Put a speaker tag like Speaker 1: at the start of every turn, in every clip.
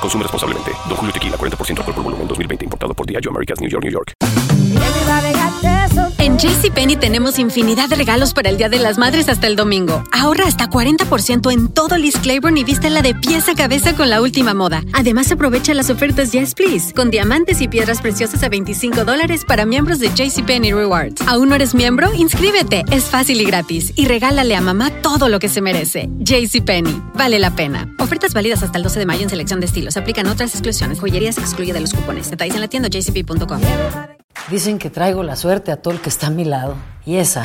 Speaker 1: Consume responsablemente. Don Julio Tequila, 40% alcohol por volumen, 2020. Importado por Diageo Americas, New York, New York.
Speaker 2: En JCPenney tenemos infinidad de regalos para el Día de las Madres hasta el domingo. Ahorra hasta 40% en todo Liz Claiborne y vístela de pies a cabeza con la última moda. Además, aprovecha las ofertas Yes Please, con diamantes y piedras preciosas a 25 dólares para miembros de JCPenney Rewards. ¿Aún no eres miembro? Inscríbete, es fácil y gratis. Y regálale a mamá todo lo que se merece. JCPenney, vale la pena. Ofertas válidas hasta el 12 de mayo en selección de estilos. Aplican otras exclusiones. Joyerías excluye de los cupones. Detalles en la tienda jcp.com.
Speaker 3: Dicen que traigo la suerte a todo el que está a mi lado. Y esa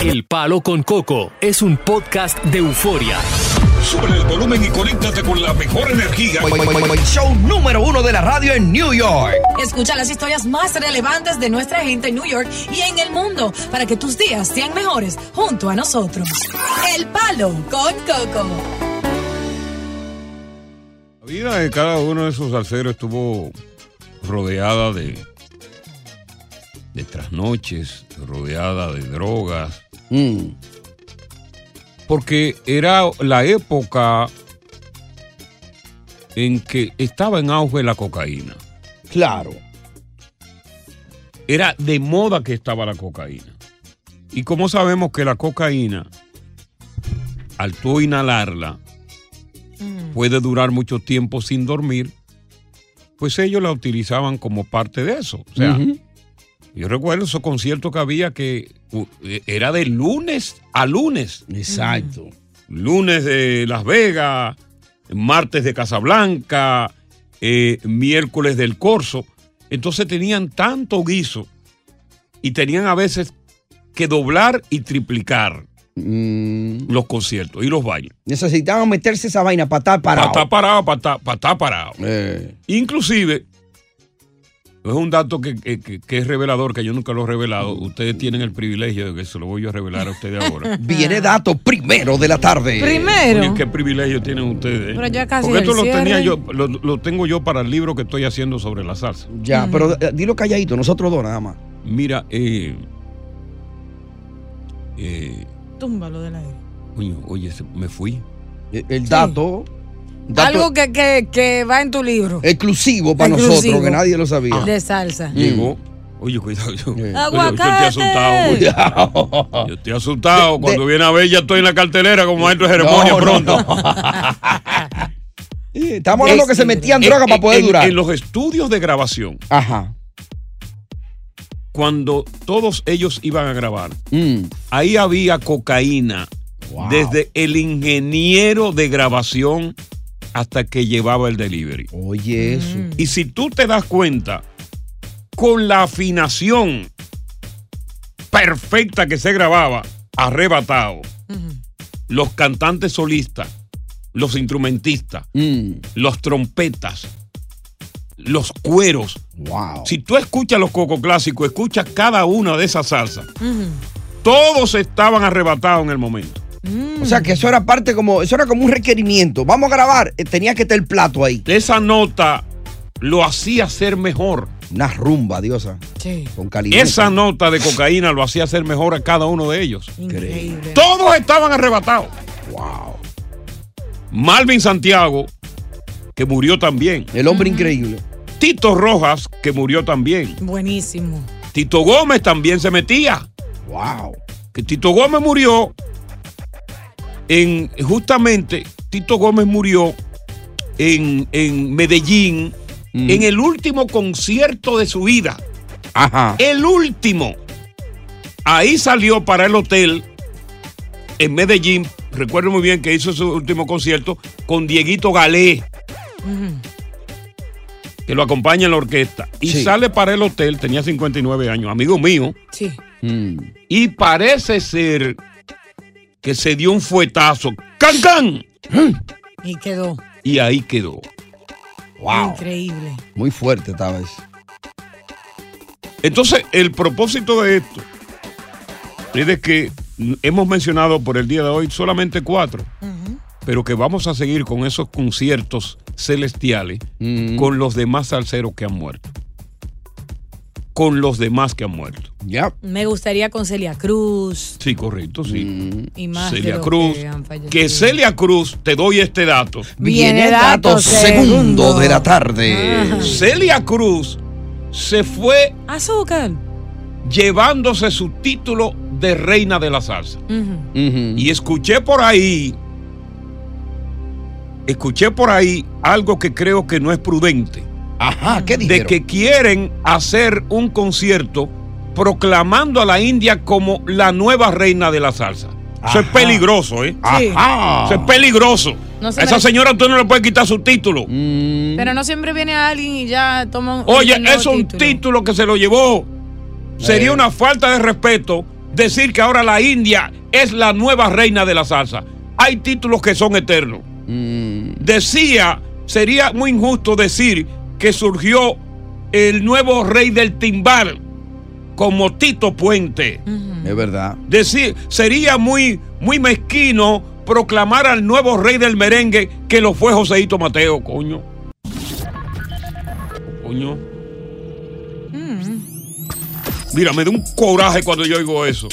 Speaker 4: El Palo con Coco es un podcast de euforia.
Speaker 5: Sube el volumen y conéctate con la mejor energía.
Speaker 6: Boy, boy, boy, Show número uno de la radio en New York.
Speaker 7: Escucha las historias más relevantes de nuestra gente en New York y en el mundo para que tus días sean mejores junto a nosotros. El Palo con Coco.
Speaker 8: La vida de cada uno de esos salseros estuvo rodeada de, de trasnoches, rodeada de drogas. Mm. Porque era la época en que estaba en auge la cocaína.
Speaker 9: Claro.
Speaker 8: Era de moda que estaba la cocaína. Y como sabemos que la cocaína, al tú inhalarla, mm. puede durar mucho tiempo sin dormir, pues ellos la utilizaban como parte de eso. O sea, uh -huh. Yo recuerdo esos conciertos que había que eh, era de lunes a lunes.
Speaker 9: Exacto.
Speaker 8: Lunes de Las Vegas, martes de Casablanca, eh, miércoles del Corso. Entonces tenían tanto guiso y tenían a veces que doblar y triplicar mm. los conciertos y los bailes.
Speaker 9: Necesitaban meterse esa vaina para estar parado.
Speaker 8: Para estar parado, para estar, para estar parado. Eh. Inclusive es un dato que, que, que, es revelador, que yo nunca lo he revelado. Ustedes tienen el privilegio de que se lo voy a revelar a ustedes ahora.
Speaker 9: Viene dato primero de la tarde.
Speaker 10: Primero.
Speaker 8: Oye, ¿Qué privilegio tienen ustedes? ¿eh?
Speaker 10: Pero ya casi
Speaker 8: Porque esto lo,
Speaker 10: cierre.
Speaker 8: tenía yo, lo, lo, tengo yo para el libro que estoy haciendo sobre la salsa.
Speaker 9: Ya, mm. pero eh, dilo calladito, nosotros dos nada más.
Speaker 8: Mira, eh. eh
Speaker 10: Túmbalo del aire.
Speaker 8: Oye, oye me fui.
Speaker 9: El, Eh, el sí. dato.
Speaker 10: Dato Algo que, que, que, va en tu libro.
Speaker 9: Exclusivo para Exclusivo. nosotros, que nadie lo sabía.
Speaker 10: Ah.
Speaker 9: Mm.
Speaker 10: De salsa.
Speaker 8: Llegó. Oye, cuidado. Yo,
Speaker 10: Aguacate.
Speaker 8: Oye, yo estoy asustado. Cuidado. Yo estoy asustado. De, Cuando de... viene a ver, ya estoy en la cartelera como maestro de ceremonia no, pronto. No, no.
Speaker 9: Estamos hablando es, que se metían drogas para poder
Speaker 8: en,
Speaker 9: durar.
Speaker 8: En los estudios de grabación.
Speaker 9: Ajá
Speaker 8: cuando todos ellos iban a grabar, mm. ahí había cocaína. Wow. Desde el ingeniero de grabación hasta que llevaba el delivery.
Speaker 9: Oye, eso. Mm.
Speaker 8: Y si tú te das cuenta, con la afinación perfecta que se grababa, arrebatado, mm. los cantantes solistas, los instrumentistas, los trompetas, los cueros.
Speaker 9: Wow.
Speaker 8: Si tú escuchas los cocos clásicos, escuchas cada una de esas salsas. Mm. Todos estaban arrebatados en el momento.
Speaker 9: Mm. O sea que eso era parte como, eso era como un requerimiento. Vamos a grabar, Eh, tenía que estar el plato ahí.
Speaker 8: Esa nota lo hacía ser mejor.
Speaker 9: Una rumba, diosa.
Speaker 10: Sí.
Speaker 9: Con calidad.
Speaker 8: Esa nota de cocaína lo hacía ser mejor a cada uno de ellos.
Speaker 10: Increíble.
Speaker 8: Todos estaban arrebatados.
Speaker 9: Wow.
Speaker 8: Malvin Santiago, que murió también.
Speaker 9: El hombre mm. increíble.
Speaker 8: Tito Rojas, que murió también.
Speaker 10: Buenísimo.
Speaker 8: Tito Gómez también se metía.
Speaker 9: Wow.
Speaker 8: Que Tito Gómez murió en. Justamente, Tito Gómez murió en, en Medellín, mm. en el último concierto de su vida.
Speaker 9: Ajá.
Speaker 8: El último. Ahí salió para el hotel en Medellín. Recuerdo muy bien que hizo su último concierto con Dieguito Galé, que lo acompaña en la orquesta. Y
Speaker 11: Sí.
Speaker 8: sale para el hotel, tenía 59 años, amigo mío.
Speaker 10: Sí.
Speaker 8: Y parece ser que se dio un fuetazo. ¡Can, can!
Speaker 10: Y quedó.
Speaker 8: Y ahí quedó. ¡Wow!
Speaker 10: Increíble.
Speaker 9: Muy fuerte estaba eso.
Speaker 8: Entonces, el propósito de esto es de que hemos mencionado por el día de hoy solamente cuatro, pero que vamos a seguir con esos conciertos celestiales con los demás salseros que han muerto. Con los demás que han muerto.
Speaker 9: Ya.
Speaker 10: Me gustaría con Celia Cruz
Speaker 8: Sí, correcto, sí.
Speaker 10: y más. de
Speaker 8: Celia
Speaker 10: los
Speaker 8: Cruz.
Speaker 10: que han fallecido.
Speaker 8: Que Celia Cruz, te doy este dato.
Speaker 10: Viene dato
Speaker 9: Datos segundo de la tarde.
Speaker 8: Celia Cruz se fue
Speaker 10: Azúcar.
Speaker 8: llevándose su título de reina de la salsa.
Speaker 10: Ujú.
Speaker 8: Y escuché por ahí, escuché por ahí algo que creo que no es prudente.
Speaker 9: Ajá, ¿qué
Speaker 8: De que quieren hacer un concierto proclamando a la India como la nueva reina de la salsa. Eso es peligroso, ¿eh?
Speaker 10: Sí. Ajá.
Speaker 8: Eso es peligroso.
Speaker 10: No se
Speaker 8: A Esa
Speaker 10: merece-
Speaker 8: señora usted no le puede quitar su título.
Speaker 10: Pero no siempre viene alguien y ya toma un.
Speaker 8: Oye,
Speaker 10: un nuevo
Speaker 8: es un
Speaker 10: título.
Speaker 8: título que se lo llevó. Sería una falta de respeto decir que ahora la India es la nueva reina de la salsa. Hay títulos que son eternos. Decía, sería muy injusto decir que surgió el nuevo rey del timbal como Tito Puente.
Speaker 9: Es verdad.
Speaker 8: Decir, sería muy, muy mezquino proclamar al nuevo rey del merengue que lo fue Joseito Mateo, coño. Coño.
Speaker 9: Mm.
Speaker 8: Mira, me da un coraje cuando yo oigo eso.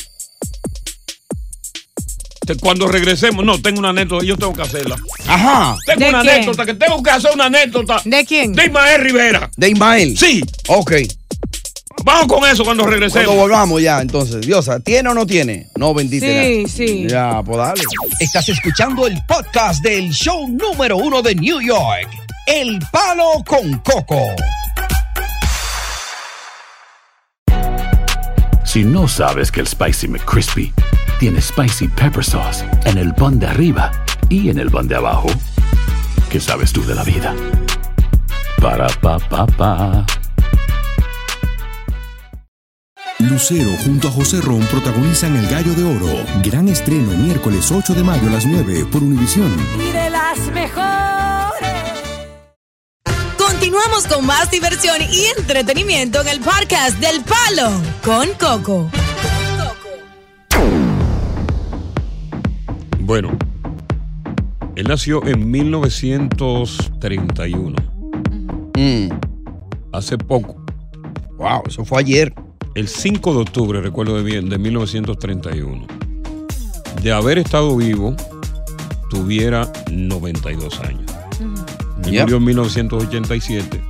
Speaker 8: Te- Cuando regresemos, no, tengo una anécdota, yo tengo que hacerla.
Speaker 9: Ajá.
Speaker 8: Tengo
Speaker 9: ¿De
Speaker 8: una
Speaker 9: quién?
Speaker 8: anécdota, que tengo que hacer una anécdota.
Speaker 10: ¿De quién?
Speaker 8: De Ismael Rivera.
Speaker 9: De Ismael.
Speaker 8: Sí.
Speaker 9: Ok.
Speaker 8: Vamos con eso cuando regresemos.
Speaker 9: Cuando volvamos ya, entonces. Diosa, ¿tiene o no tiene? No, bendita.
Speaker 6: Sí,
Speaker 9: ya.
Speaker 6: sí.
Speaker 9: Ya, pues dale.
Speaker 6: Estás escuchando el podcast del show número uno de New York, El Palo con Coco.
Speaker 12: Si no sabes que el Spicy McCrispy tiene Spicy Pepper Sauce en el pan de arriba y en el pan de abajo, ¿qué sabes tú de la vida? Para, pa, pa, pa.
Speaker 13: Lucero junto a José Ron protagonizan El Gallo de Oro. Gran estreno miércoles 8 de mayo a las 9 por Univisión.
Speaker 7: y de las mejores. Continuamos con más diversión y entretenimiento en el podcast del Palo con Coco.
Speaker 8: Bueno, él nació en 1931.
Speaker 9: Mm.
Speaker 8: Hace poco.
Speaker 9: Wow, eso fue ayer.
Speaker 8: El 5 de octubre, recuerdo de bien, de 1931. De haber estado vivo, tuviera 92 años. Él
Speaker 9: Yep.
Speaker 8: Murió en 1987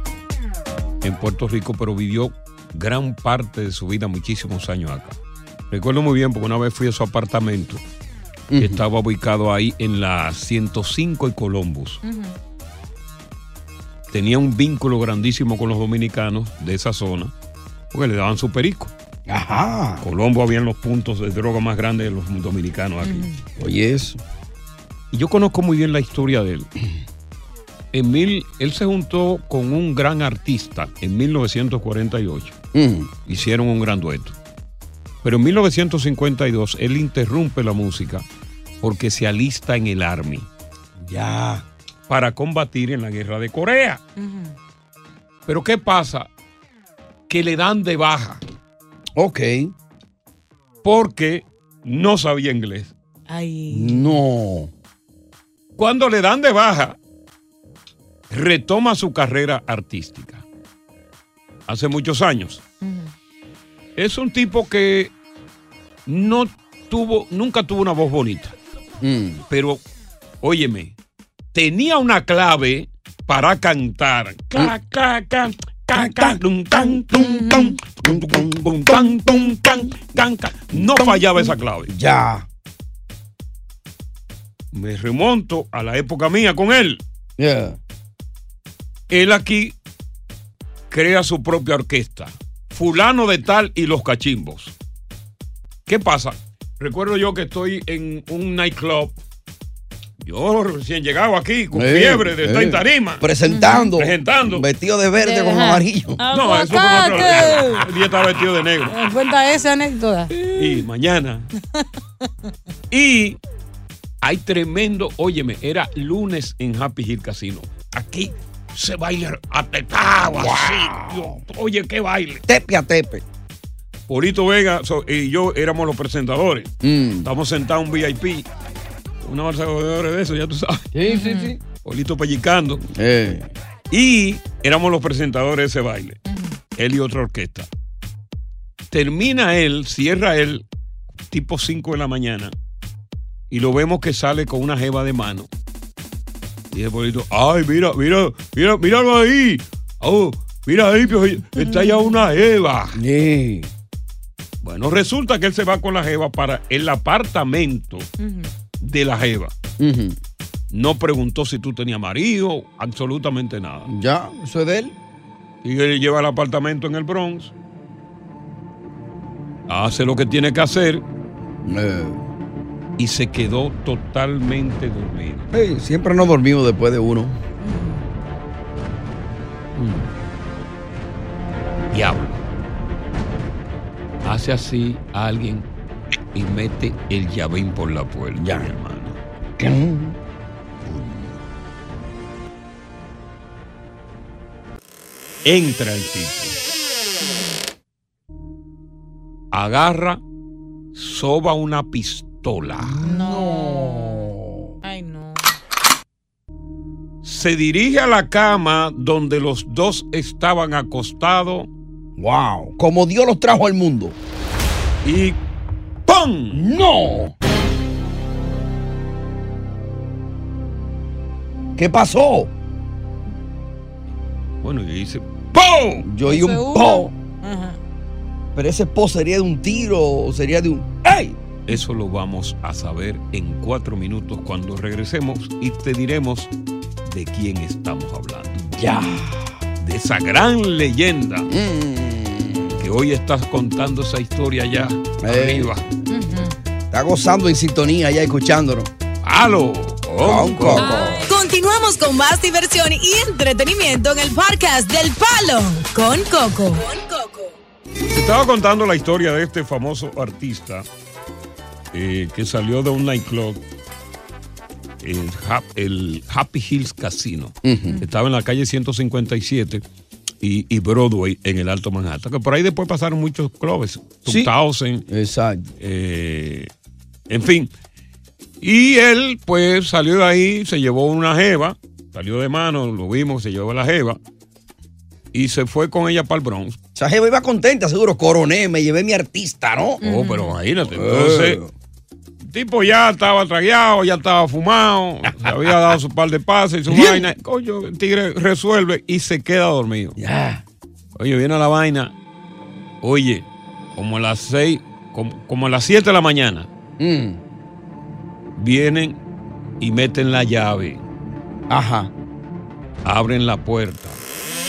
Speaker 8: en Puerto Rico, pero vivió gran parte de su vida, muchísimos años acá. Recuerdo muy bien porque una vez fui a su apartamento, que estaba ubicado ahí en la 105 y Columbus. Tenía un vínculo grandísimo con los dominicanos de esa zona, porque le daban su perico.
Speaker 9: Ajá.
Speaker 8: Colombo habían los puntos de droga más grandes de los dominicanos aquí.
Speaker 9: Oye, eso.
Speaker 8: Y yo conozco muy bien la historia de él. En mil, él se juntó con un gran artista en 1948. Hicieron un gran dueto. Pero en 1952 él interrumpe la música porque se alista en el Army. Ya. Para combatir en la guerra de Corea. Pero ¿qué pasa? Que le dan de baja.
Speaker 9: Ok.
Speaker 8: Porque no sabía inglés.
Speaker 10: Ay.
Speaker 9: No.
Speaker 8: Cuando le dan de baja, retoma su carrera artística. Hace muchos años. Es un tipo que no tuvo, nunca tuvo una voz bonita.
Speaker 9: Mm.
Speaker 8: Pero, óyeme, tenía una clave para cantar. Clac, clac, clac, can, can, lum, can, tum, can, tum, tum, bum, can, tum, can, can, can. No fallaba esa clave.
Speaker 9: Ya.
Speaker 8: Me remonto a la época mía con él. Él aquí crea su propia orquesta. Fulano de tal y los cachimbos. ¿Qué pasa? Recuerdo yo que estoy en un nightclub. Yo recién llegado aquí, con
Speaker 9: Eh,
Speaker 8: fiebre de estar
Speaker 9: eh.
Speaker 8: en tarima.
Speaker 9: Presentando.
Speaker 8: Presentando.
Speaker 9: Vestido de verde con amarillo.
Speaker 8: No, eso fue otro
Speaker 10: ¡Aguacate!
Speaker 8: El día estaba vestido de negro.
Speaker 10: Cuenta esa anécdota.
Speaker 8: Y mañana. y hay tremendo. Óyeme, era lunes en Happy Hill Casino. Aquí se baila atetado así. Dios, Oye, qué baile.
Speaker 9: Tepe a tepe.
Speaker 8: Polito Vega so- y yo éramos los presentadores. Estamos sentados en un VIP. Una bolsa de eso, ya tú sabes. Sí, sí, sí. Polito pellicando.
Speaker 9: Eh.
Speaker 8: Y éramos los presentadores de ese baile. Él y otra orquesta. Termina él, cierra él, tipo 5 de la mañana. Y lo vemos que sale con una jeva de mano. Dice Polito, ay, mira, mira, mira, míralo ahí. Oh, mira ahí, Pio, está ya una jeva. Bueno, resulta que él se va con la jeva para el apartamento de la jeva. No preguntó si tú tenías marido, absolutamente nada.
Speaker 9: Ya, eso es de él.
Speaker 8: Y él lleva el apartamento en el Bronx. Hace lo que tiene que hacer.
Speaker 9: Eh.
Speaker 8: Y se quedó totalmente dormido.
Speaker 9: Ey, siempre nos dormimos después de uno.
Speaker 8: Mm. Diablo. Hace así a alguien y mete el llavín por la puerta, mi hermano. Entra el tipo. Agarra, soba una pistola.
Speaker 10: No. Ay, no.
Speaker 8: Se dirige a la cama donde los dos estaban acostados.
Speaker 9: Wow. Como Dios los trajo al mundo.
Speaker 8: Y ¡pum!
Speaker 9: ¡No! ¿Qué pasó?
Speaker 8: Bueno, yo hice ¡pum!
Speaker 9: Yo oí
Speaker 8: Ese
Speaker 9: un
Speaker 8: humo.
Speaker 9: po. Pero ese po sería de un tiro o sería de un. ¡Ey!
Speaker 8: Eso lo vamos a saber en cuatro minutos cuando regresemos y te diremos de quién estamos hablando.
Speaker 9: Ya.
Speaker 8: De esa gran leyenda
Speaker 9: Mm.
Speaker 8: que hoy estás contando esa historia ya arriba.
Speaker 9: Eh. Está gozando en sintonía ya escuchándonos.
Speaker 8: ¡Halo!
Speaker 9: Con coco.
Speaker 7: Continuamos con más diversión y entretenimiento en el podcast del Palo con Coco.
Speaker 8: Te estaba contando la historia de este famoso artista eh, que salió de un nightclub, el, Hap- el Happy Hills Casino. Estaba en la calle 157 y, y Broadway en el Alto Manhattan. Que por ahí después pasaron muchos clubes. 2000.
Speaker 9: Exacto.
Speaker 8: en fin. Y él, pues, salió de ahí, se llevó una jeva, salió de mano, lo vimos, se llevó la jeva y se fue con ella para el Bronx.
Speaker 9: Esa jeva iba contenta, seguro. Coroné, me llevé mi artista, ¿no?
Speaker 8: Oh, pero imagínate. Entonces, el tipo ya estaba tragueado, ya estaba fumado, se había dado su par de pases y su vaina. Coño, el tigre resuelve y se queda dormido. Oye, viene la vaina. Oye, como a las seis, como, como a las siete de la mañana, vienen y meten la llave.
Speaker 9: Ajá.
Speaker 8: Abren la puerta,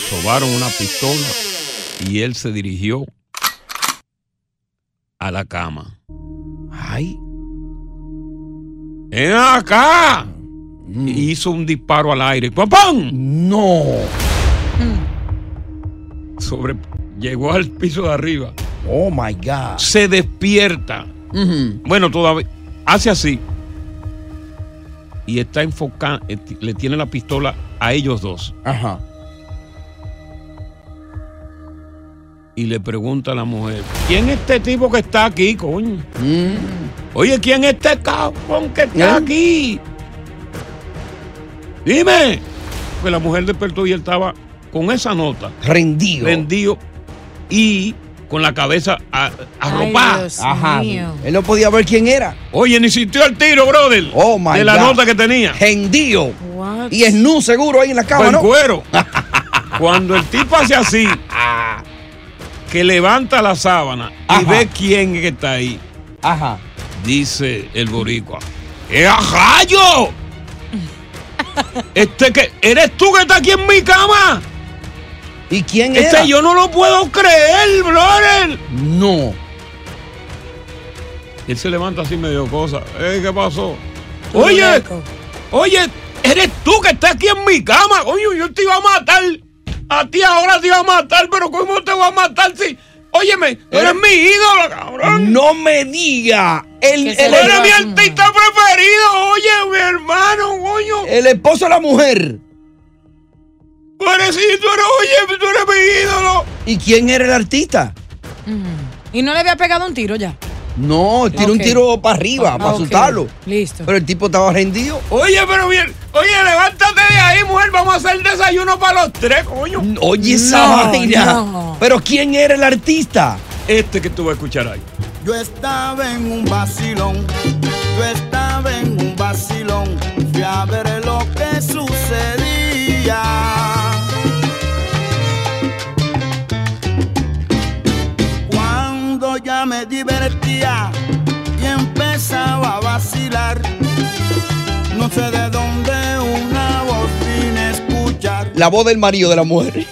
Speaker 8: sobaron una pistola y él se dirigió a la cama.
Speaker 9: Ay.
Speaker 8: ¡Ven acá! Y hizo un disparo al aire. ¡Pam, pam!
Speaker 9: ¡No!
Speaker 8: Sobre, llegó al piso de arriba.
Speaker 9: Oh my God.
Speaker 8: Se despierta. Bueno, todavía. Hace así. Y está enfocado. Le tiene la pistola a ellos dos.
Speaker 9: Ajá.
Speaker 8: Y le pregunta a la mujer: ¿Quién es este tipo que está aquí, coño?
Speaker 9: Mm.
Speaker 8: Oye, ¿quién es este cabrón que
Speaker 9: ¿Eh?
Speaker 8: está aquí? Dime. Pues la mujer despertó y él estaba con esa nota.
Speaker 9: Rendido.
Speaker 8: Rendido. Y con la cabeza a- arropada.
Speaker 9: Ajá. Él no podía ver quién era.
Speaker 8: Oye, ni sintió el tiro, brother.
Speaker 9: Oh my
Speaker 8: de la
Speaker 9: God.
Speaker 8: nota que tenía.
Speaker 9: Gendío. Y es nu seguro ahí en la
Speaker 8: Fue
Speaker 9: cama,
Speaker 8: en
Speaker 9: ¿no?
Speaker 8: cuero. Cuando el tipo hace así, que levanta la sábana y ve quién es que está ahí.
Speaker 9: Ajá.
Speaker 8: Dice el boricua. ¡Eh, a rayo! Este que eres tú que está aquí en mi cama.
Speaker 9: ¿Y quién
Speaker 8: este
Speaker 9: era?
Speaker 8: yo no lo puedo creer, brother.
Speaker 9: No.
Speaker 8: Él se levanta así medio cosa. Eh, ¿Qué pasó? Oye, oye, eres tú que estás aquí en mi cama. Oye, yo te iba a matar. A ti ahora te iba a matar, pero ¿cómo te voy a matar si... Óyeme, tú eres mi ídolo, cabrón.
Speaker 9: Eh. No me diga. El,
Speaker 8: Tú eres mi artista preferido, oye, mi hermano, coño.
Speaker 9: El esposo de la mujer.
Speaker 8: Tú eres, sí, tú eres, oye, tú eres mi ídolo.
Speaker 9: ¿Y quién era el artista?
Speaker 10: Y no le había pegado un tiro ya.
Speaker 9: No, tiró un
Speaker 10: Ok.
Speaker 9: tiro para arriba,
Speaker 10: Ah,
Speaker 9: para
Speaker 10: ok.
Speaker 9: asustarlo.
Speaker 10: Listo.
Speaker 9: Pero el tipo estaba rendido.
Speaker 8: Oye, pero bien, oye, levántate de ahí, mujer, vamos a hacer desayuno para los tres, coño.
Speaker 9: Oye, esa
Speaker 8: No,
Speaker 9: vaina.
Speaker 8: no.
Speaker 9: Pero ¿quién era el artista?
Speaker 8: Este que tú vas a escuchar ahí.
Speaker 11: Yo estaba en un vacilón, yo estaba en un vacilón, fui a ver lo que sucedía. Cuando ya me divertía y empezaba a vacilar, no sé de dónde una voz vine a escuchar.
Speaker 9: La voz del marido de la mujer.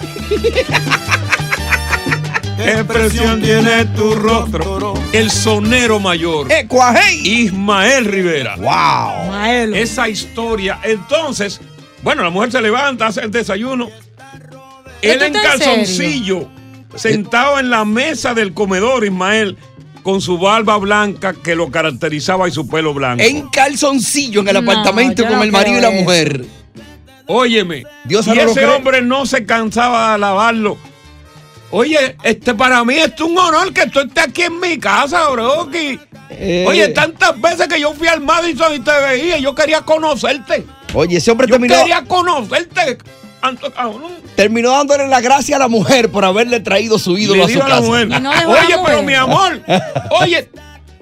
Speaker 8: ¿Qué expresión tiene tu rostro? El sonero mayor. Ismael Rivera.
Speaker 9: ¡Wow!
Speaker 8: Esa historia. Entonces, bueno, la mujer se levanta, hace el desayuno. Él
Speaker 10: ¿Esto
Speaker 8: en
Speaker 10: está en
Speaker 8: calzoncillo, sentado en la mesa del comedor, Ismael, con su barba blanca que lo caracterizaba y su pelo blanco.
Speaker 9: En calzoncillo en el
Speaker 8: No,
Speaker 9: apartamento
Speaker 8: yo
Speaker 9: con
Speaker 8: no
Speaker 9: el marido y
Speaker 8: creo
Speaker 9: la mujer.
Speaker 8: Óyeme,
Speaker 9: Dios
Speaker 8: y
Speaker 9: no lo
Speaker 8: ese
Speaker 9: cree.
Speaker 8: hombre no se cansaba de alabarlo. Oye, este para mí es un honor que tú estés aquí en mi casa, Broki. Oye, tantas veces que yo fui al Madison y te veía, yo quería conocerte.
Speaker 9: Oye, ese hombre
Speaker 8: Yo
Speaker 9: terminó,
Speaker 8: quería conocerte. Anto- ah, cabrón.
Speaker 9: terminó dándole la gracia a la mujer por haberle traído su ídolo
Speaker 8: Le
Speaker 9: a su
Speaker 8: digo a la
Speaker 9: casa.
Speaker 8: mujer, oye, pero mi amor, oye,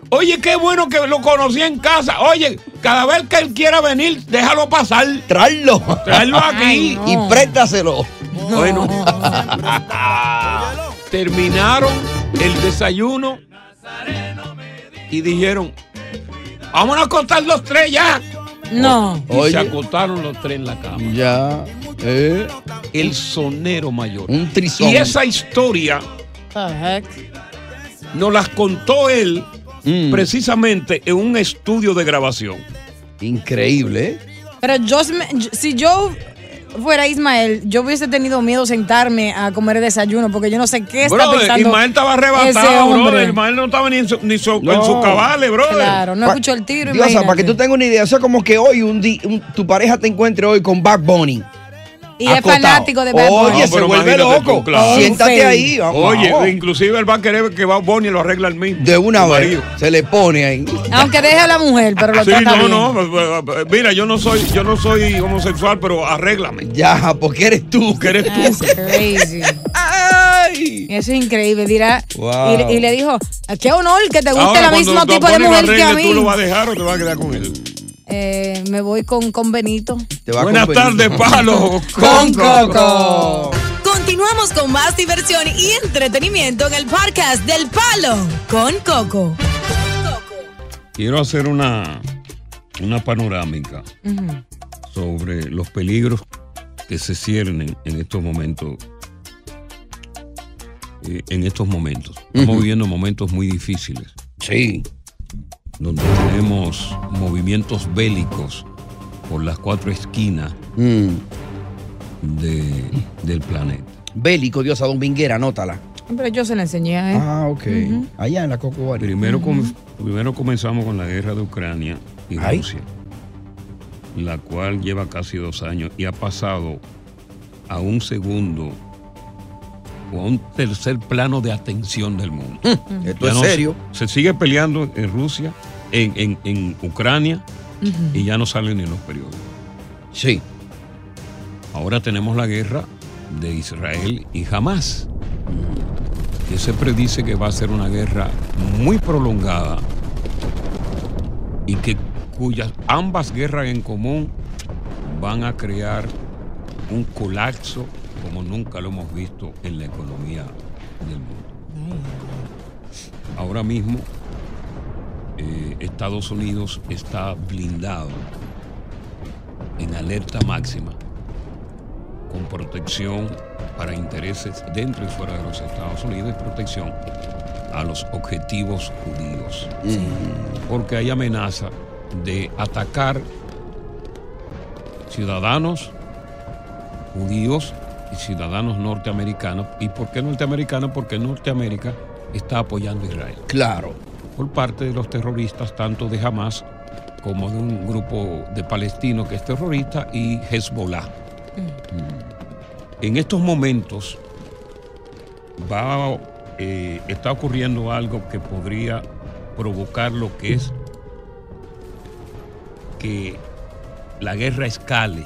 Speaker 8: oye, qué bueno que lo conocí en casa. Oye, cada vez que él quiera venir, déjalo pasar.
Speaker 9: Traerlo.
Speaker 8: Traerlo aquí.
Speaker 9: Y préstaselo.
Speaker 8: Bueno. Terminaron el desayuno y dijeron, vamos a acostar los tres ya.
Speaker 10: No.
Speaker 8: Y se acostaron los tres en la cama.
Speaker 9: Ya. eh,
Speaker 8: El sonero mayor.
Speaker 9: Un trisón.
Speaker 8: Y esa historia nos las contó él
Speaker 9: Mm.
Speaker 8: precisamente en un estudio de grabación.
Speaker 9: Increíble. ¿eh?
Speaker 10: Pero yo, si me- yo- si yo fuera Ismael, yo hubiese tenido miedo sentarme a comer el desayuno porque yo no sé qué está
Speaker 8: Brother,
Speaker 10: pensando.
Speaker 8: Ismael estaba
Speaker 10: ese
Speaker 8: arrebatado,
Speaker 10: hombre.
Speaker 8: brother. Ismael no estaba ni en su, ni su-
Speaker 9: No.
Speaker 8: en sus cabales, brother.
Speaker 10: Claro, no escuchó el tiro.
Speaker 9: Diosa, para que
Speaker 10: imagínate.
Speaker 9: tú tengas una idea, eso es como que hoy un di- un- tu pareja te encuentre hoy con Bad Bunny.
Speaker 10: Y es
Speaker 9: Acotado.
Speaker 10: fanático de Bad Bunny.
Speaker 9: Oye,
Speaker 8: No,
Speaker 9: se
Speaker 8: pero
Speaker 9: vuelve
Speaker 8: imagínate tú,
Speaker 9: loco.
Speaker 8: claro.
Speaker 9: Siéntate ahí. vamos,
Speaker 8: Oye,
Speaker 9: vamos.
Speaker 8: inclusive él va a querer que va Bonnie lo arregla el mismo.
Speaker 9: de una
Speaker 8: Su
Speaker 9: vez
Speaker 8: marido.
Speaker 9: se le pone ahí.
Speaker 10: Aunque deje a la mujer, pero lo
Speaker 8: Sí,
Speaker 10: trata
Speaker 8: no,
Speaker 10: bien.
Speaker 8: no. Mira, yo no soy, yo no soy homosexual, pero arréglame.
Speaker 9: Ya, porque eres tú.
Speaker 8: Porque eres tú.
Speaker 10: That's crazy. Eso es increíble. Dirá,
Speaker 8: Wow.
Speaker 10: y, y le dijo, qué honor que te guste
Speaker 8: Ahora,
Speaker 10: la
Speaker 8: cuando
Speaker 10: mismo
Speaker 8: Bad
Speaker 10: tipo de
Speaker 8: Bunny lo
Speaker 10: mujer que a
Speaker 8: arregle,
Speaker 10: mí.
Speaker 8: ¿Tú lo vas a dejar o te vas a quedar con él?
Speaker 10: Eh, me voy con, con Benito.
Speaker 8: Buenas tardes, Palo.
Speaker 10: Con Coco. Continuamos con más diversión y entretenimiento en el podcast del Palo con Coco.
Speaker 8: Quiero hacer una, una panorámica sobre los peligros que se ciernen en estos momentos. eh, en estos momentos. Estamos
Speaker 14: Ujú.
Speaker 8: viviendo momentos muy difíciles.
Speaker 9: Sí.
Speaker 8: Donde tenemos movimientos bélicos por las cuatro esquinas Mm. de- del planeta.
Speaker 9: Bélico, Diosa Dominguera, anótala.
Speaker 10: Pero yo se la enseñé a él.
Speaker 9: Ah, ok.
Speaker 10: Ujú.
Speaker 9: Allá en la Coco Bar.
Speaker 8: Primero, com- primero comenzamos con la guerra de Ucrania y Rusia, la cual lleva casi dos años y ha pasado a un segundo o a un tercer plano de atención del mundo.
Speaker 9: Esto
Speaker 8: Ya
Speaker 9: es
Speaker 8: no se-
Speaker 9: serio.
Speaker 8: Se, sigue peleando en Rusia, en, en- en Ucrania y ya no salen ni en los periódicos.
Speaker 9: Sí.
Speaker 8: Ahora tenemos la guerra de Israel y Hamas. que se predice que va a ser una guerra muy prolongada y que cuyas ambas guerras en común van a crear un colapso como nunca lo hemos visto en la economía del mundo. Ahora mismo eh, Estados Unidos está blindado en alerta máxima con protección para intereses dentro y fuera de los Estados Unidos y protección a los objetivos judíos. Porque hay amenaza de atacar ciudadanos judíos y ciudadanos norteamericanos. ¿Y por qué norteamericanos? Porque Norteamérica está apoyando a Israel.
Speaker 9: Claro.
Speaker 8: Por parte de los terroristas, tanto de Hamas como de un grupo de palestinos que es terrorista y Hezbollah. Mm. En estos momentos va, eh, está ocurriendo algo que podría provocar lo que es que la guerra escale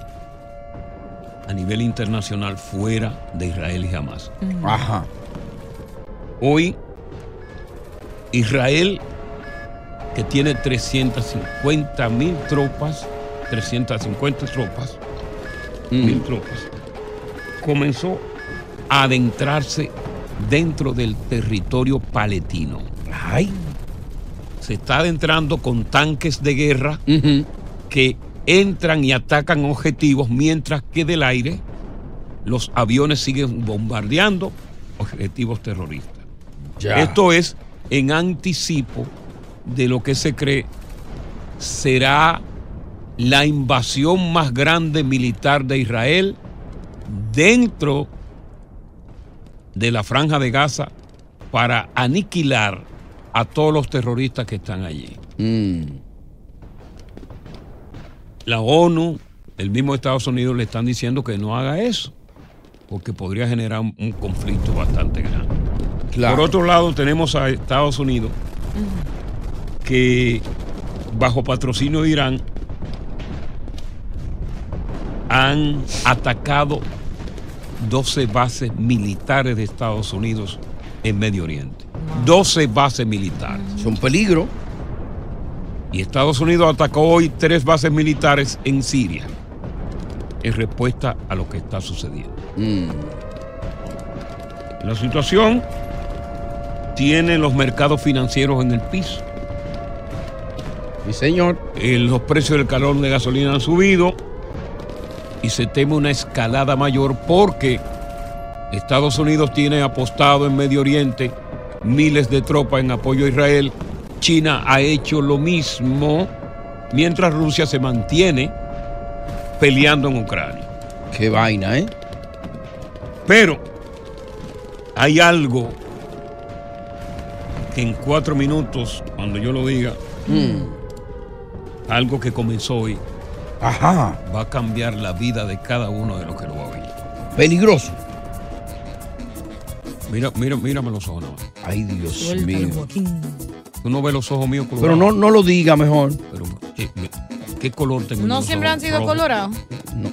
Speaker 8: a nivel internacional fuera de Israel y Hamas.
Speaker 9: Mm. Ajá.
Speaker 8: Hoy, Israel, que tiene 350 mil tropas, 350 tropas, mil tropas, comenzó a adentrarse dentro del territorio paletino.
Speaker 9: Ay.
Speaker 8: Se está adentrando con tanques de guerra que entran y atacan objetivos, mientras que del aire los aviones siguen bombardeando objetivos terroristas.
Speaker 9: Ya.
Speaker 8: Esto es en anticipo de lo que se cree será la invasión más grande militar de Israel dentro de la franja de Gaza para aniquilar a todos los terroristas que están allí. La ONU, el mismo Estados Unidos le están diciendo que no haga eso, porque podría generar un un conflicto bastante grande.
Speaker 9: Claro.
Speaker 8: Por otro lado, tenemos a Estados Unidos que bajo patrocinio de Irán han atacado 12 bases militares de Estados Unidos en Medio Oriente. 12 bases militares.
Speaker 9: Son peligro.
Speaker 8: Y Estados Unidos atacó hoy tres bases militares en Siria en respuesta a lo que está sucediendo.
Speaker 9: Mm.
Speaker 8: La situación tiene los mercados financieros en el piso. Eh,
Speaker 9: Sí, señor.
Speaker 8: los precios del calor de gasolina han subido y se teme una escalada mayor porque Estados Unidos tiene apostado en Medio Oriente miles de tropas en apoyo a Israel. China ha hecho lo mismo mientras Rusia se mantiene peleando en Ucrania.
Speaker 9: Qué vaina, ¿eh?
Speaker 8: Pero hay algo que en cuatro minutos, cuando yo lo diga, algo que comenzó hoy,
Speaker 9: Mm. Ajá.
Speaker 8: va a cambiar la vida de cada uno de los que lo va a ver.
Speaker 9: Peligroso.
Speaker 8: Mira, mira, mírame los ojos. nada más.
Speaker 9: Ay, Dios mío.
Speaker 8: Tú no ves los ojos míos
Speaker 9: Pero
Speaker 8: colorados.
Speaker 9: no, no lo diga mejor.
Speaker 8: ¿Qué, qué color tengo?
Speaker 14: No
Speaker 8: los
Speaker 14: siempre
Speaker 8: ojos?
Speaker 14: han sido
Speaker 8: Rojo.
Speaker 14: colorados.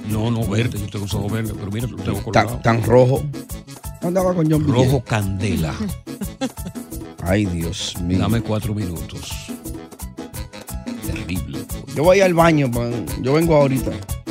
Speaker 8: No, no, verde. Yo tengo los ojos verdes, pero mira, los tengo colorados.
Speaker 9: Tan, tan rojo. Andaba con John
Speaker 8: Rojo candela.
Speaker 9: Ay, Dios mío.
Speaker 8: Dame cuatro minutos. Terrible.
Speaker 9: Yo voy al baño, man. yo vengo ahorita.